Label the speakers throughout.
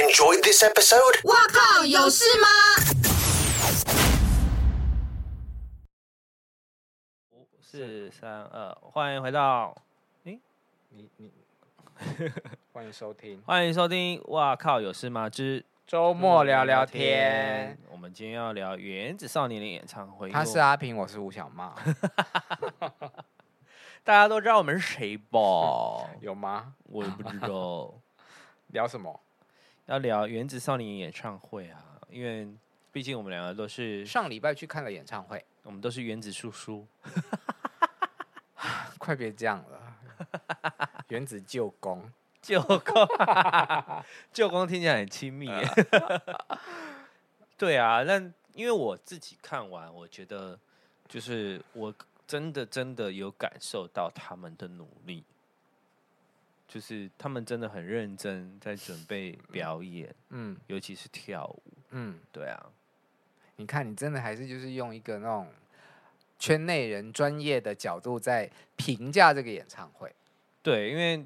Speaker 1: enjoyed this episode?
Speaker 2: 哇靠，有事吗？
Speaker 3: 五四三二，欢迎回到，
Speaker 4: 你你， 欢迎收听
Speaker 3: 欢迎收听。哇靠，有事吗？之
Speaker 4: 周末聊聊天。。
Speaker 3: 我们今天要聊原子少年的演唱会。
Speaker 4: 他是，啊阿平，我是吴小茂，
Speaker 3: 大家都知道我们是谁 吧？
Speaker 4: 有吗？
Speaker 3: 我也不知道。
Speaker 4: 聊什么？
Speaker 3: 要聊原子少年演唱会啊，因为毕竟我们两个都是，
Speaker 4: 上礼拜去看了演唱会，
Speaker 3: 我们都是原子叔叔。
Speaker 4: 快别这样 了。原子舅公，
Speaker 3: 舅公，舅公听起来很亲密耶。呃 对啊，但因为我自己看完，我觉得就是我真的真的有感受到他们的努力，就是他们真的很认真在准备表演，
Speaker 4: 嗯
Speaker 3: 尤其是跳舞。
Speaker 4: 嗯，
Speaker 3: 对啊，
Speaker 4: 你看，你真的还是就是用一个那种圈内人专业的角度在评价这个演唱会。
Speaker 3: 对，因为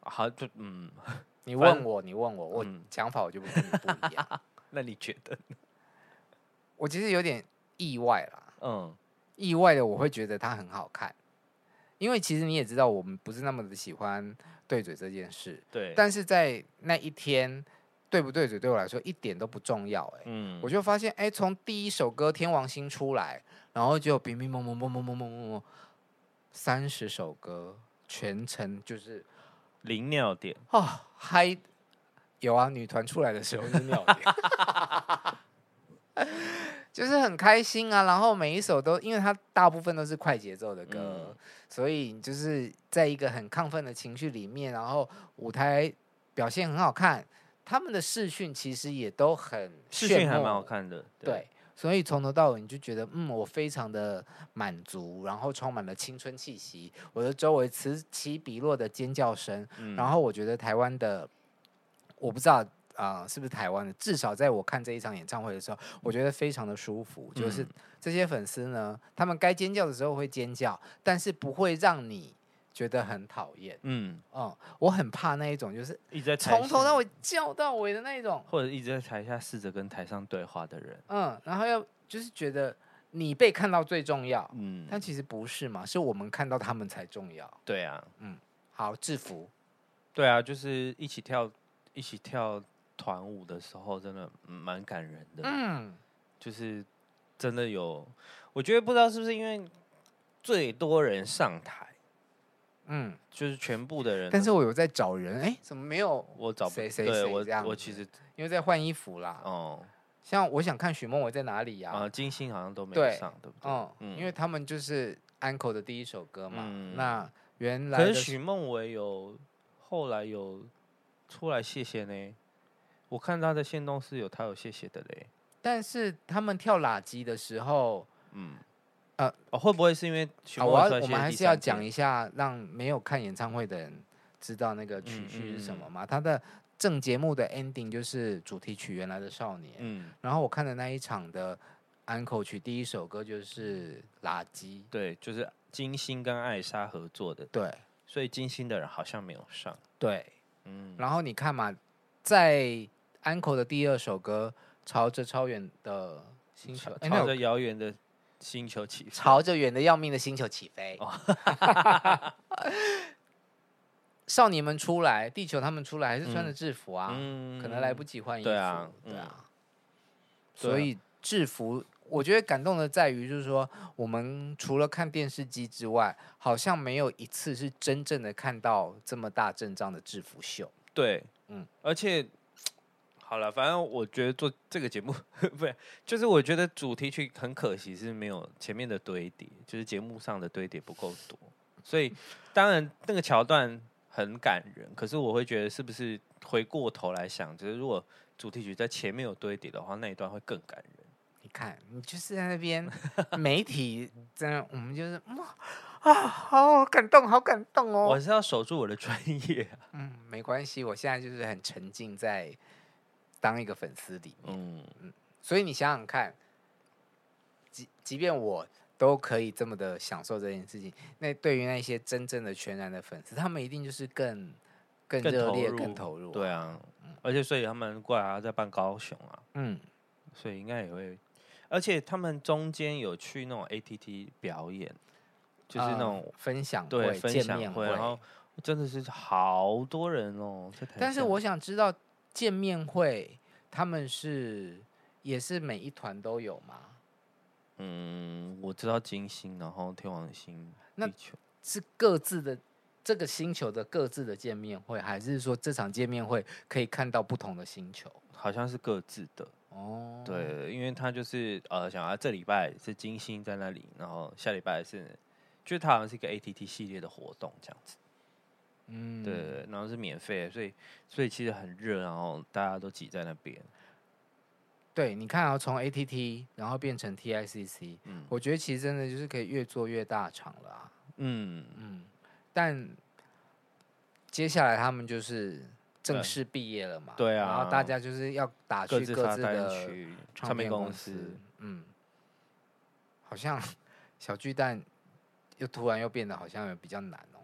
Speaker 3: 好就嗯，
Speaker 4: 你
Speaker 3: 反
Speaker 4: 问我，你问我，我
Speaker 3: 嗯
Speaker 4: 讲法我就不跟你不一 样。
Speaker 3: 那你觉得？
Speaker 4: 我其实有点意外啦，
Speaker 3: 嗯，
Speaker 4: 意外的我会觉得它很好看，因为其实你也知道，我们不是那么的喜欢对嘴这件事，
Speaker 3: 对，
Speaker 4: 但是在那一天对不对嘴对我来说一点都不重要、欸，
Speaker 3: 嗯
Speaker 4: 我就发现，哎、从第一首歌《天王星》出来，然后就冰冰蒙蒙蒙蒙蒙蒙蒙蒙，三十首歌全程就是
Speaker 3: 零尿点。
Speaker 4: 哦嗨，有啊，女团出来的时候是尿点， 就是很开心啊。然后每一首都，因为它大部分都是快节奏的歌，
Speaker 3: 嗯
Speaker 4: 所以你就是在一个很亢奋的情绪里面，然后舞台表现很好看，他们的视讯其实也都很
Speaker 3: 视讯还
Speaker 4: 炫
Speaker 3: 蛮
Speaker 4: 目
Speaker 3: 好，看的，
Speaker 4: 对。所以从头到尾你就觉得，嗯，我非常的满足，然后充满了青春气息。我的周围此起彼落的尖叫声，
Speaker 3: 嗯
Speaker 4: 然后我觉得台湾的，我不知道啊、呃是不是台湾的，至少在我看这一场演唱会的时候，我觉得非常的舒服。就是
Speaker 3: 嗯
Speaker 4: 这些粉丝呢，他们该尖叫的时候会尖叫，但是不会让你觉得很讨厌。
Speaker 3: 嗯，
Speaker 4: 嗯，我很怕那一种，就是
Speaker 3: 一直在台
Speaker 4: 从头
Speaker 3: 下
Speaker 4: 到尾叫到尾的那一种。
Speaker 3: 或者一直在台下试着跟台上对话的人，
Speaker 4: 嗯，然后要就是觉得你被看到最重要，
Speaker 3: 嗯，
Speaker 4: 但其实不是嘛，是我们看到他们才重要。
Speaker 3: 对啊，
Speaker 4: 好，制服，
Speaker 3: 对啊，就是一起跳一起跳团舞的时候，真的嗯蛮感人的，
Speaker 4: 嗯，
Speaker 3: 就是真的有，我觉得不知道是不是因为最多人上台，
Speaker 4: 嗯，
Speaker 3: 就是全部的人，
Speaker 4: 但是我有在找人，哎，怎么没有？
Speaker 3: 我找不
Speaker 4: 谁谁
Speaker 3: 对
Speaker 4: 谁
Speaker 3: 我
Speaker 4: 这样
Speaker 3: 我
Speaker 4: 子
Speaker 3: 其实
Speaker 4: 因为在换衣服啦。
Speaker 3: 哦
Speaker 4: 像我想看许梦伟在哪里呀、
Speaker 3: 啊，金星好像都没
Speaker 4: 对
Speaker 3: 上，对不对？
Speaker 4: 嗯，
Speaker 3: 嗯
Speaker 4: 因为他们就是安可的第一首歌嘛。
Speaker 3: 嗯
Speaker 4: 那原来
Speaker 3: 可
Speaker 4: 的
Speaker 3: 是许梦伟有后来有出来谢谢呢，我看他的线动是有他有谢谢的嘞，
Speaker 4: 但是他们跳垃圾的时候，
Speaker 3: 嗯，
Speaker 4: 呃
Speaker 3: 哦，会不会是因为许
Speaker 4: 啊，
Speaker 3: 梦
Speaker 4: 我
Speaker 3: 伟出
Speaker 4: 要
Speaker 3: 来
Speaker 4: 我
Speaker 3: 谢谢
Speaker 4: 们还
Speaker 3: 第
Speaker 4: 是要
Speaker 3: 三
Speaker 4: 讲
Speaker 3: 天
Speaker 4: 一下，让没有看演唱会的人知道那
Speaker 3: 嗯
Speaker 4: 个曲序是什么嘛。他的正节目的 ending 就是主题曲《原来的少年》
Speaker 3: 嗯，
Speaker 4: 然后我看的那一场的安可曲第一首歌就是垃圾，
Speaker 3: 对，就是金星跟艾莎合作的，
Speaker 4: 对
Speaker 3: 所以金星的人好像没有上。
Speaker 4: 对。
Speaker 3: 嗯，
Speaker 4: 然后你看嘛，在安可的第二首歌《朝着超远的星球》诶那
Speaker 3: 朝
Speaker 4: 首
Speaker 3: 着遥远的星球起飞。
Speaker 4: 朝着远的要命的星球起飞。
Speaker 3: 哦
Speaker 4: 少年们出来，地球他们出来还是穿着制服啊，
Speaker 3: 嗯
Speaker 4: 可能来不及换衣服。
Speaker 3: 对啊
Speaker 4: 对啊
Speaker 3: 对啊
Speaker 4: 所以制服，我觉得感动的在于，就是说我们除了看电视机之外，好像没有一次是真正的看到这么大阵仗的制服秀。
Speaker 3: 对，嗯
Speaker 4: 嗯，
Speaker 3: 而且好了，反正我觉得做这个节目不是，就是我觉得主题曲很可惜是没有前面的堆叠，就是节目上的堆叠不够多，所以当然那个桥段很感人，可是我会觉得是不是回过头来想，就是如果主题曲在前面有堆叠的话，那一段会更感人。
Speaker 4: 你看，你就是在那 边媒体，真的，我们就是哇啊，好感动，好感动哦。
Speaker 3: 我是要守住我的专业啊、
Speaker 4: 嗯，没关系，我现在就是很沉浸在当一个粉丝里面，
Speaker 3: 嗯，
Speaker 4: 所以你想想看，即即便我都可以这么的享受这件事情，那对于那些真正的全然的粉丝，他们一定就是更更
Speaker 3: 更
Speaker 4: 热
Speaker 3: 投
Speaker 4: 烈、
Speaker 3: 入
Speaker 4: 更投入。
Speaker 3: 对，啊，而而且所以他们过来啊在办高雄啊，
Speaker 4: 嗯，
Speaker 3: 所以应该也会，而且他们中间有去那种 ATT 表演，就是那
Speaker 4: 呃
Speaker 3: 种、
Speaker 4: 分享
Speaker 3: 对
Speaker 4: 会、
Speaker 3: 分
Speaker 4: 见
Speaker 3: 享
Speaker 4: 面
Speaker 3: 会，然后真的是好多人哦，在台
Speaker 4: 但是
Speaker 3: 下
Speaker 4: 我想知道见面会他们是也是每一团都有吗？
Speaker 3: 嗯，我知道金星，然后天王星、
Speaker 4: 那
Speaker 3: 地球，
Speaker 4: 是各自的这个星球的各自的见面会，还是说这场见面会可以看到不同的星球？
Speaker 3: 好像是各自的。
Speaker 4: 哦，
Speaker 3: 对，因为他就是呃，想要这礼拜是金星在那里，然后下礼拜是，就是它好像是一个 ATT 系列的活动这样子。
Speaker 4: 嗯
Speaker 3: 对，然后是免费的，所以所以其实很热，然后大家都挤在那边。
Speaker 4: 对，你看啊，从 ATT 然后变成 TICC，、
Speaker 3: 嗯
Speaker 4: 我觉得其实真的就是可以越做越大场了啊。
Speaker 3: 嗯，
Speaker 4: 嗯，但接下来他们就是正
Speaker 3: 对
Speaker 4: 式毕业了嘛，
Speaker 3: 对
Speaker 4: 然后大
Speaker 3: 啊
Speaker 4: 家就是要打
Speaker 3: 各
Speaker 4: 去
Speaker 3: 自发单
Speaker 4: 的
Speaker 3: 曲，
Speaker 4: 唱
Speaker 3: 唱
Speaker 4: 片
Speaker 3: 片
Speaker 4: 公
Speaker 3: 公
Speaker 4: 司，嗯，好像小巨蛋又突然又变得好像有比较难哦，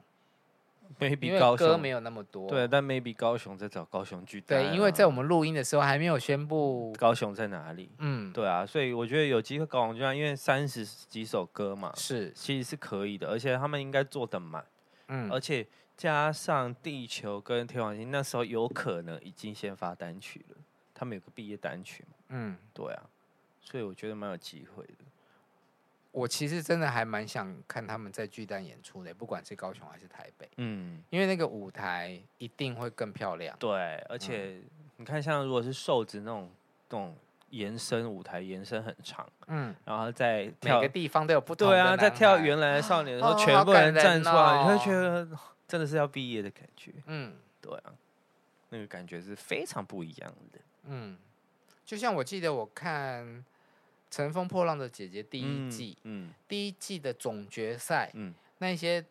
Speaker 4: 因
Speaker 3: ，maybe
Speaker 4: 为
Speaker 3: 高
Speaker 4: 歌
Speaker 3: 雄
Speaker 4: 没有那么多。
Speaker 3: 对，但 maybe 高雄在找高雄巨蛋、啊
Speaker 4: 对，因为在我们录音的时候还没有宣布，
Speaker 3: 高雄在哪里？
Speaker 4: 嗯，
Speaker 3: 对啊，所以我觉得有机会高雄巨蛋，因为三十几首歌嘛，
Speaker 4: 是，
Speaker 3: 其实是可以的，而且他们应该做的满，而
Speaker 4: 嗯，
Speaker 3: 且加上地球跟天王星那时候有可能已经先发单曲了，他们有个毕业单曲嘛，
Speaker 4: 嗯，
Speaker 3: 对啊，所以我觉得蛮有机会的。
Speaker 4: 我其实真的还蛮想看他们在巨蛋演出的，不管是高雄还是台北，
Speaker 3: 嗯，
Speaker 4: 因为那个舞台一定会更漂亮。
Speaker 3: 对，
Speaker 4: 嗯
Speaker 3: 而且你看，像如果是瘦子那种那种延伸舞台延伸很长，
Speaker 4: 嗯，
Speaker 3: 然后再
Speaker 4: 每
Speaker 3: 跳
Speaker 4: 个地方都有不同的
Speaker 3: 对
Speaker 4: 男孩。
Speaker 3: 啊，在跳原来的少年的时候，
Speaker 4: 哦好
Speaker 3: 全部
Speaker 4: 感
Speaker 3: 人
Speaker 4: 人
Speaker 3: 站出来，你会觉
Speaker 4: 哦
Speaker 3: 得真的是要毕业的感觉。
Speaker 4: 嗯
Speaker 3: 对啊，那个感觉是非常不一样的。
Speaker 4: 嗯，就像我记得我看《乘风破浪的姐姐》第一
Speaker 3: 嗯
Speaker 4: 季，，
Speaker 3: 嗯
Speaker 4: 第一季的总决赛，
Speaker 3: 嗯，
Speaker 4: 那些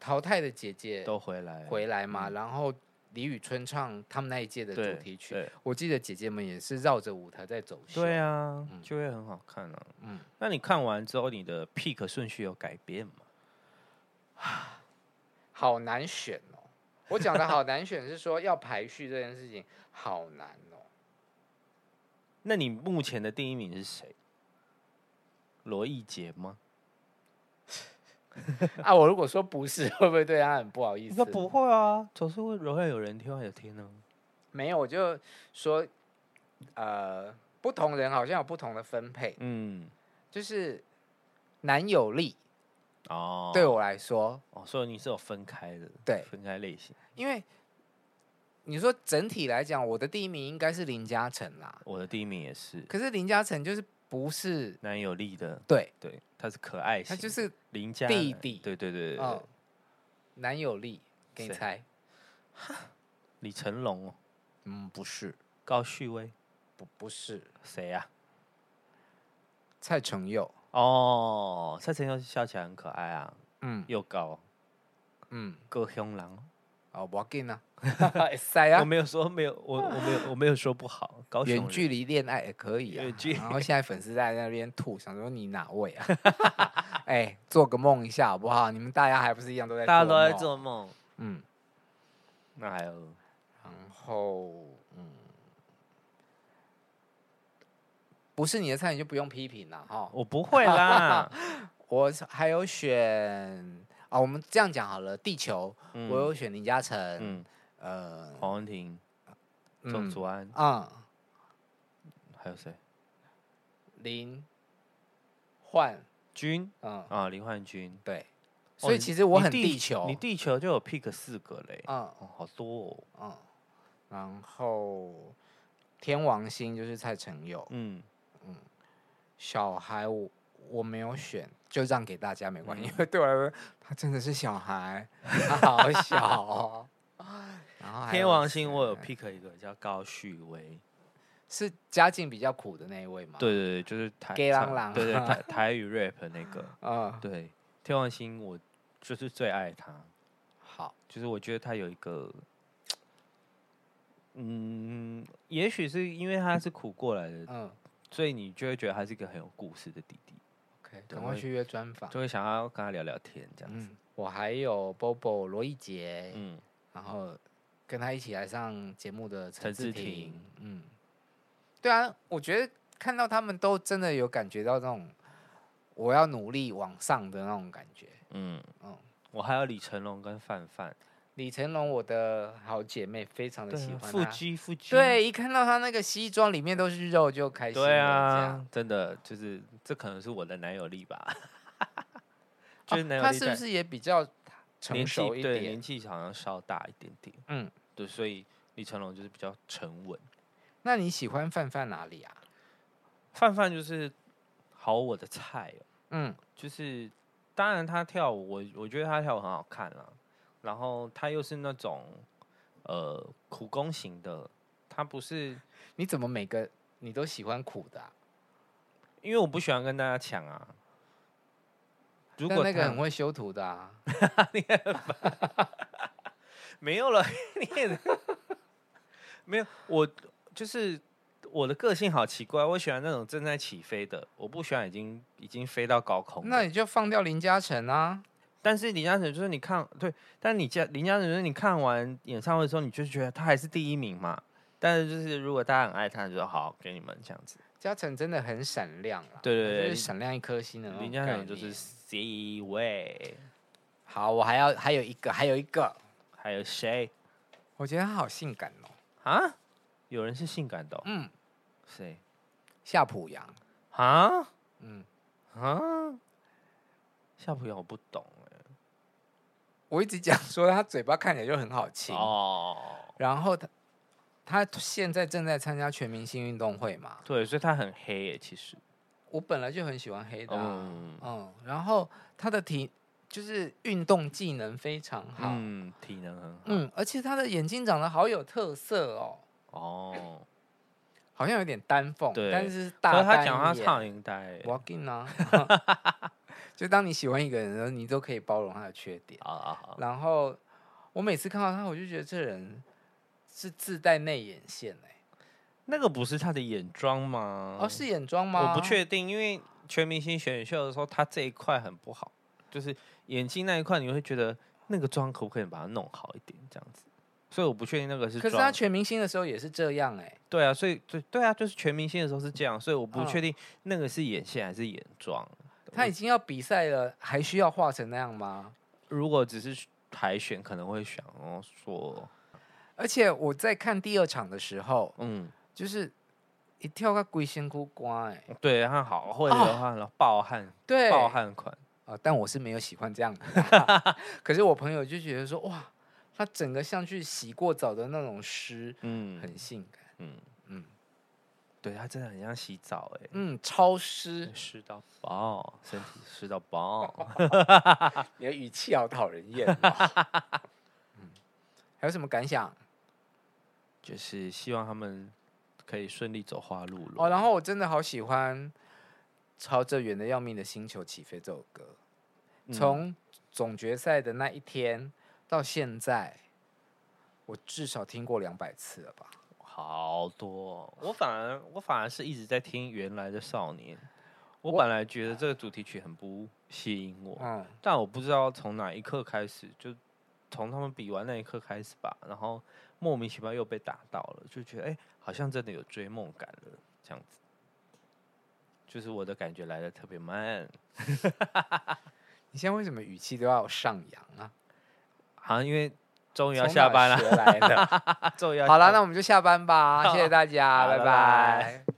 Speaker 4: 淘汰的姐姐
Speaker 3: 都回来，
Speaker 4: 回来嘛，
Speaker 3: 嗯
Speaker 4: 然后李宇春唱他们那一届的
Speaker 3: 对
Speaker 4: 主题曲，
Speaker 3: 对
Speaker 4: 我记得姐姐们也是绕着舞台在走秀。
Speaker 3: 对啊
Speaker 4: 嗯，
Speaker 3: 就会很好看啊。
Speaker 4: 嗯，
Speaker 3: 那你看完之后，你的 pick 顺序有改变吗？
Speaker 4: 好难选哦。我讲的好难选是说要排序这件事情好难哦。
Speaker 3: 那你目前的第一名是谁？罗艺杰吗？
Speaker 4: 啊，我如果说不是，会不会对他很不好意
Speaker 3: 应
Speaker 4: 思？
Speaker 3: 该不会啊，总是会永远有人听到有听呢。
Speaker 4: 没有，我就说，呃，不同人好像有不同的分配，
Speaker 3: 嗯，
Speaker 4: 就是男友力
Speaker 3: 哦，
Speaker 4: 对我来说，
Speaker 3: 哦，所以你是有分开的，
Speaker 4: 对
Speaker 3: 分开类型。
Speaker 4: 因为你说整体来讲，我的第一名应该是林嘉诚啦，
Speaker 3: 我的第一名也是
Speaker 4: 可是林嘉诚就是不是
Speaker 3: 男友力的，
Speaker 4: 对，
Speaker 3: 对，他是可爱型
Speaker 4: 他
Speaker 3: 的，
Speaker 4: 就是
Speaker 3: 邻家
Speaker 4: 弟
Speaker 3: 的
Speaker 4: 弟
Speaker 3: 对对对对，
Speaker 4: 嗯
Speaker 3: 对，
Speaker 4: 男友力，给你
Speaker 3: 谁
Speaker 4: 猜，
Speaker 3: 李成龙、哦、
Speaker 4: 嗯，不是，
Speaker 3: 高旭威，
Speaker 4: 不不是，
Speaker 3: 谁啊
Speaker 4: 啊
Speaker 3: 呀、
Speaker 4: 蔡成佑，
Speaker 3: 哦，蔡成佑笑起来很可爱啊，
Speaker 4: 嗯
Speaker 3: 又高，
Speaker 4: 嗯，
Speaker 3: 够凶狼。
Speaker 4: 哦，我给 呢，塞啊
Speaker 3: 我，没有说没有，我我没有我没有说不好，高雄
Speaker 4: 远
Speaker 3: 人
Speaker 4: 距离恋爱也可以啊
Speaker 3: 远距。
Speaker 4: 然后现在粉丝在那边吐，想说你哪位啊？ 哎、做个梦一下好不好？你们大家还不是一样都在
Speaker 3: 大家都在
Speaker 4: 梦
Speaker 3: 做梦。
Speaker 4: 嗯，
Speaker 3: 那还 有
Speaker 4: 然后嗯，不是你的菜你就不用批评了哈。
Speaker 3: 我不会啦，
Speaker 4: 我是还有选啊，我们这样讲好了，地球、
Speaker 3: 嗯
Speaker 4: 我有选林嘉诚，
Speaker 3: 嗯，
Speaker 4: 呃，
Speaker 3: 黄文婷、
Speaker 4: 嗯
Speaker 3: 钟祖安，
Speaker 4: 嗯，
Speaker 3: 还有谁？
Speaker 4: 林焕，
Speaker 3: 君
Speaker 4: 嗯，
Speaker 3: 啊，林焕君。
Speaker 4: 对，
Speaker 3: 哦
Speaker 4: 所以
Speaker 3: 你
Speaker 4: 其实我
Speaker 3: 你
Speaker 4: 很地球，
Speaker 3: 你地球就有 pick 四个嘞，
Speaker 4: 嗯
Speaker 3: 哦，好多哦。
Speaker 4: 嗯，然后天王星就是蔡成佑，
Speaker 3: 嗯，
Speaker 4: 小孩我我没有选，就让给大家没关系，
Speaker 3: 嗯
Speaker 4: 因为对我来说他真的是小孩，他好小、 哦。然后还
Speaker 3: 天
Speaker 4: 有
Speaker 3: 王星哦我有哎
Speaker 4: 谁
Speaker 3: pick 一个叫高旭威，
Speaker 4: 是家境比较苦的那一位嘛？，
Speaker 3: 对对对，就是台
Speaker 4: 给郎
Speaker 3: 唱
Speaker 4: 朗
Speaker 3: 对对 台台语 rap 那个，
Speaker 4: 嗯，
Speaker 3: 对天王星我就是最爱他，
Speaker 4: 好，
Speaker 3: 就是我觉得他有一个，嗯，也许是因为他是苦过来的，
Speaker 4: 嗯
Speaker 3: 所以你就会觉得他是一个很有故事的弟弟，
Speaker 4: ，OK，
Speaker 3: 对
Speaker 4: 赶快
Speaker 3: 我
Speaker 4: 去约专访
Speaker 3: 就。会想要跟他聊聊天这样子。
Speaker 4: 嗯，我还有 Bobo 罗艺杰，
Speaker 3: 嗯，
Speaker 4: 然后跟他一起来上节目的陈
Speaker 3: 陈志
Speaker 4: 志廷
Speaker 3: 廷，
Speaker 4: 嗯，对啊，我觉得看到他们都真的有感觉到那种我要努力往上的那种感觉。
Speaker 3: 嗯
Speaker 4: 嗯
Speaker 3: 我还有李成龙跟范范，
Speaker 4: 李成龙，我的好姐妹，非常的
Speaker 3: 对
Speaker 4: 喜
Speaker 3: 啊，
Speaker 4: 欢
Speaker 3: 腹
Speaker 4: 他。
Speaker 3: 肌腹肌，
Speaker 4: 对，一看到他那个西装里面都是肉就开心了。
Speaker 3: 对
Speaker 4: 这样
Speaker 3: 啊，真的就是这可能是我的男友力 吧，就是
Speaker 4: 哦
Speaker 3: 男友
Speaker 4: 他
Speaker 3: 力
Speaker 4: 是不
Speaker 3: 在
Speaker 4: 是也比较成
Speaker 3: 年
Speaker 4: 熟
Speaker 3: 纪
Speaker 4: 一
Speaker 3: 对
Speaker 4: 点
Speaker 3: 年？纪好像稍大一点点，
Speaker 4: 嗯，
Speaker 3: 对，所以李成龙就是比较沉稳，
Speaker 4: 那你喜欢范范哪里啊？
Speaker 3: 范范就是好我的菜哦，
Speaker 4: 嗯，
Speaker 3: 就是当然他跳舞，我我觉得他跳舞很好看啦，然后他又是那种呃苦工型的，他不是
Speaker 4: 你怎么每个你都喜欢苦的、啊？
Speaker 3: 因为我不喜欢跟大家抢啊。如
Speaker 4: 但
Speaker 3: 果
Speaker 4: 那个
Speaker 3: 他
Speaker 4: 很会修图的啊，
Speaker 3: 没有了，你也 没有我，就是我的个性好奇怪，我喜欢那种正在起飞的，我不喜欢已经已经飞到高空了。
Speaker 4: 那你就放掉林嘉诚啊。
Speaker 3: 但是林嘉诚就是你看对，但你家林嘉诚就是你看完演唱会之后，你就觉得他还是第一名嘛。但是就是如果大家很爱他，就说好给你们这样子。
Speaker 4: 嘉诚真的很闪亮啦，
Speaker 3: 对对
Speaker 4: 他
Speaker 3: 对
Speaker 4: 就是
Speaker 3: 林
Speaker 4: 闪亮一颗星的那种
Speaker 3: 林嘉
Speaker 4: 概
Speaker 3: 诚就
Speaker 4: 念
Speaker 3: 是 C 位，
Speaker 4: 好，我还要还有一个，还有一个，
Speaker 3: 还有谁
Speaker 4: 我觉得他好性感哦，
Speaker 3: 啊？有人是性感的、哦，
Speaker 4: 嗯，
Speaker 3: 谁
Speaker 4: 夏普阳，
Speaker 3: 啊？
Speaker 4: 嗯，
Speaker 3: 啊，夏普阳我不懂哎、
Speaker 4: 我一直讲说他嘴巴看起来就很好亲，
Speaker 3: 哦，
Speaker 4: 然后他他现在正在参加全明星运动会嘛，
Speaker 3: 对，所以他很黑耶、其实，
Speaker 4: 我本来就很喜欢黑的啊、
Speaker 3: 嗯
Speaker 4: 嗯，然后他的体就是运动技能非常好，嗯
Speaker 3: 嗯，体能很好，
Speaker 4: 而且他的眼睛长得好有特色哦，
Speaker 3: 哦，
Speaker 4: 好像有点丹凤，
Speaker 3: 对
Speaker 4: 但是是
Speaker 3: 可
Speaker 4: 大
Speaker 3: 是他
Speaker 4: 单
Speaker 3: 讲他
Speaker 4: 眼
Speaker 3: 唱应该
Speaker 4: 我要跟啊， 就当你喜欢一个人的时候，你都可以包容他的缺点。
Speaker 3: 啊啊啊，
Speaker 4: 然后我每次看到他，我就觉得这人是自带内眼线哎、
Speaker 3: 那个不是他的眼妆吗？
Speaker 4: 哦，是眼妆吗？
Speaker 3: 嗯我不确定，因为全明星选秀的时候，他这一块很不好，就是眼睛那一块，你会觉得那个妆可不可以把它弄好一点，这样子。所以我不确定那个是
Speaker 4: 可
Speaker 3: 妆，
Speaker 4: 是他全明星的时候也是这样哎、
Speaker 3: 对啊，所以对对啊，就是全明星的时候是这样，所以我不
Speaker 4: 嗯
Speaker 3: 确定那个是眼线还是眼妆。
Speaker 4: 他已经要比赛了，还需要画成那样吗？
Speaker 3: 如果只是海选，可能会想哦说，
Speaker 4: 而且我在看第二场的时候，
Speaker 3: 嗯，
Speaker 4: 就是一跳个龟仙姑瓜哎，
Speaker 3: 对，他好会流
Speaker 4: 哦
Speaker 3: 汗了，暴汗，
Speaker 4: 对，
Speaker 3: 暴汗款，
Speaker 4: 啊，但我是没有喜欢这样的啦。 可是我朋友就觉得说，哇，他整个像去洗过澡的那种湿，
Speaker 3: 嗯
Speaker 4: 很性感，
Speaker 3: 嗯嗯
Speaker 4: 嗯，
Speaker 3: 对他真的很像洗澡哎、
Speaker 4: 嗯，超湿。
Speaker 3: 湿 到爆，身体湿到爆。
Speaker 4: 你的语气好讨人厌、哦。嗯，还有什么感想？
Speaker 3: 就是希望他们可以顺利走花路了。
Speaker 4: 哦，然后我真的好喜欢《朝着远的要命的星球起飞》这首歌，
Speaker 3: 嗯
Speaker 4: 从总决赛的那一天到现在。我至少听过两百次了吧？
Speaker 3: 好多，我反而我反而是一直在听原来的少年。我
Speaker 4: 我
Speaker 3: 本来觉得这个主题曲很不吸引我，
Speaker 4: 嗯，
Speaker 3: 但我不知道从哪一刻开始，就从他们比完那一刻开始吧，然后莫名其妙又被打到了，就觉得哎、好像真的有追梦感了，这样子。就是我的感觉来的特别慢，
Speaker 4: 你现在为什么语气都要上扬啊？
Speaker 3: 好像因为终于要
Speaker 4: 从
Speaker 3: 下
Speaker 4: 哪
Speaker 3: 班了，
Speaker 4: 学来的，
Speaker 3: 终于要
Speaker 4: 好
Speaker 3: 下
Speaker 4: 了，那我们就下班吧，谢谢大家，
Speaker 3: 好
Speaker 4: 拜
Speaker 3: 拜
Speaker 4: 拜
Speaker 3: 拜。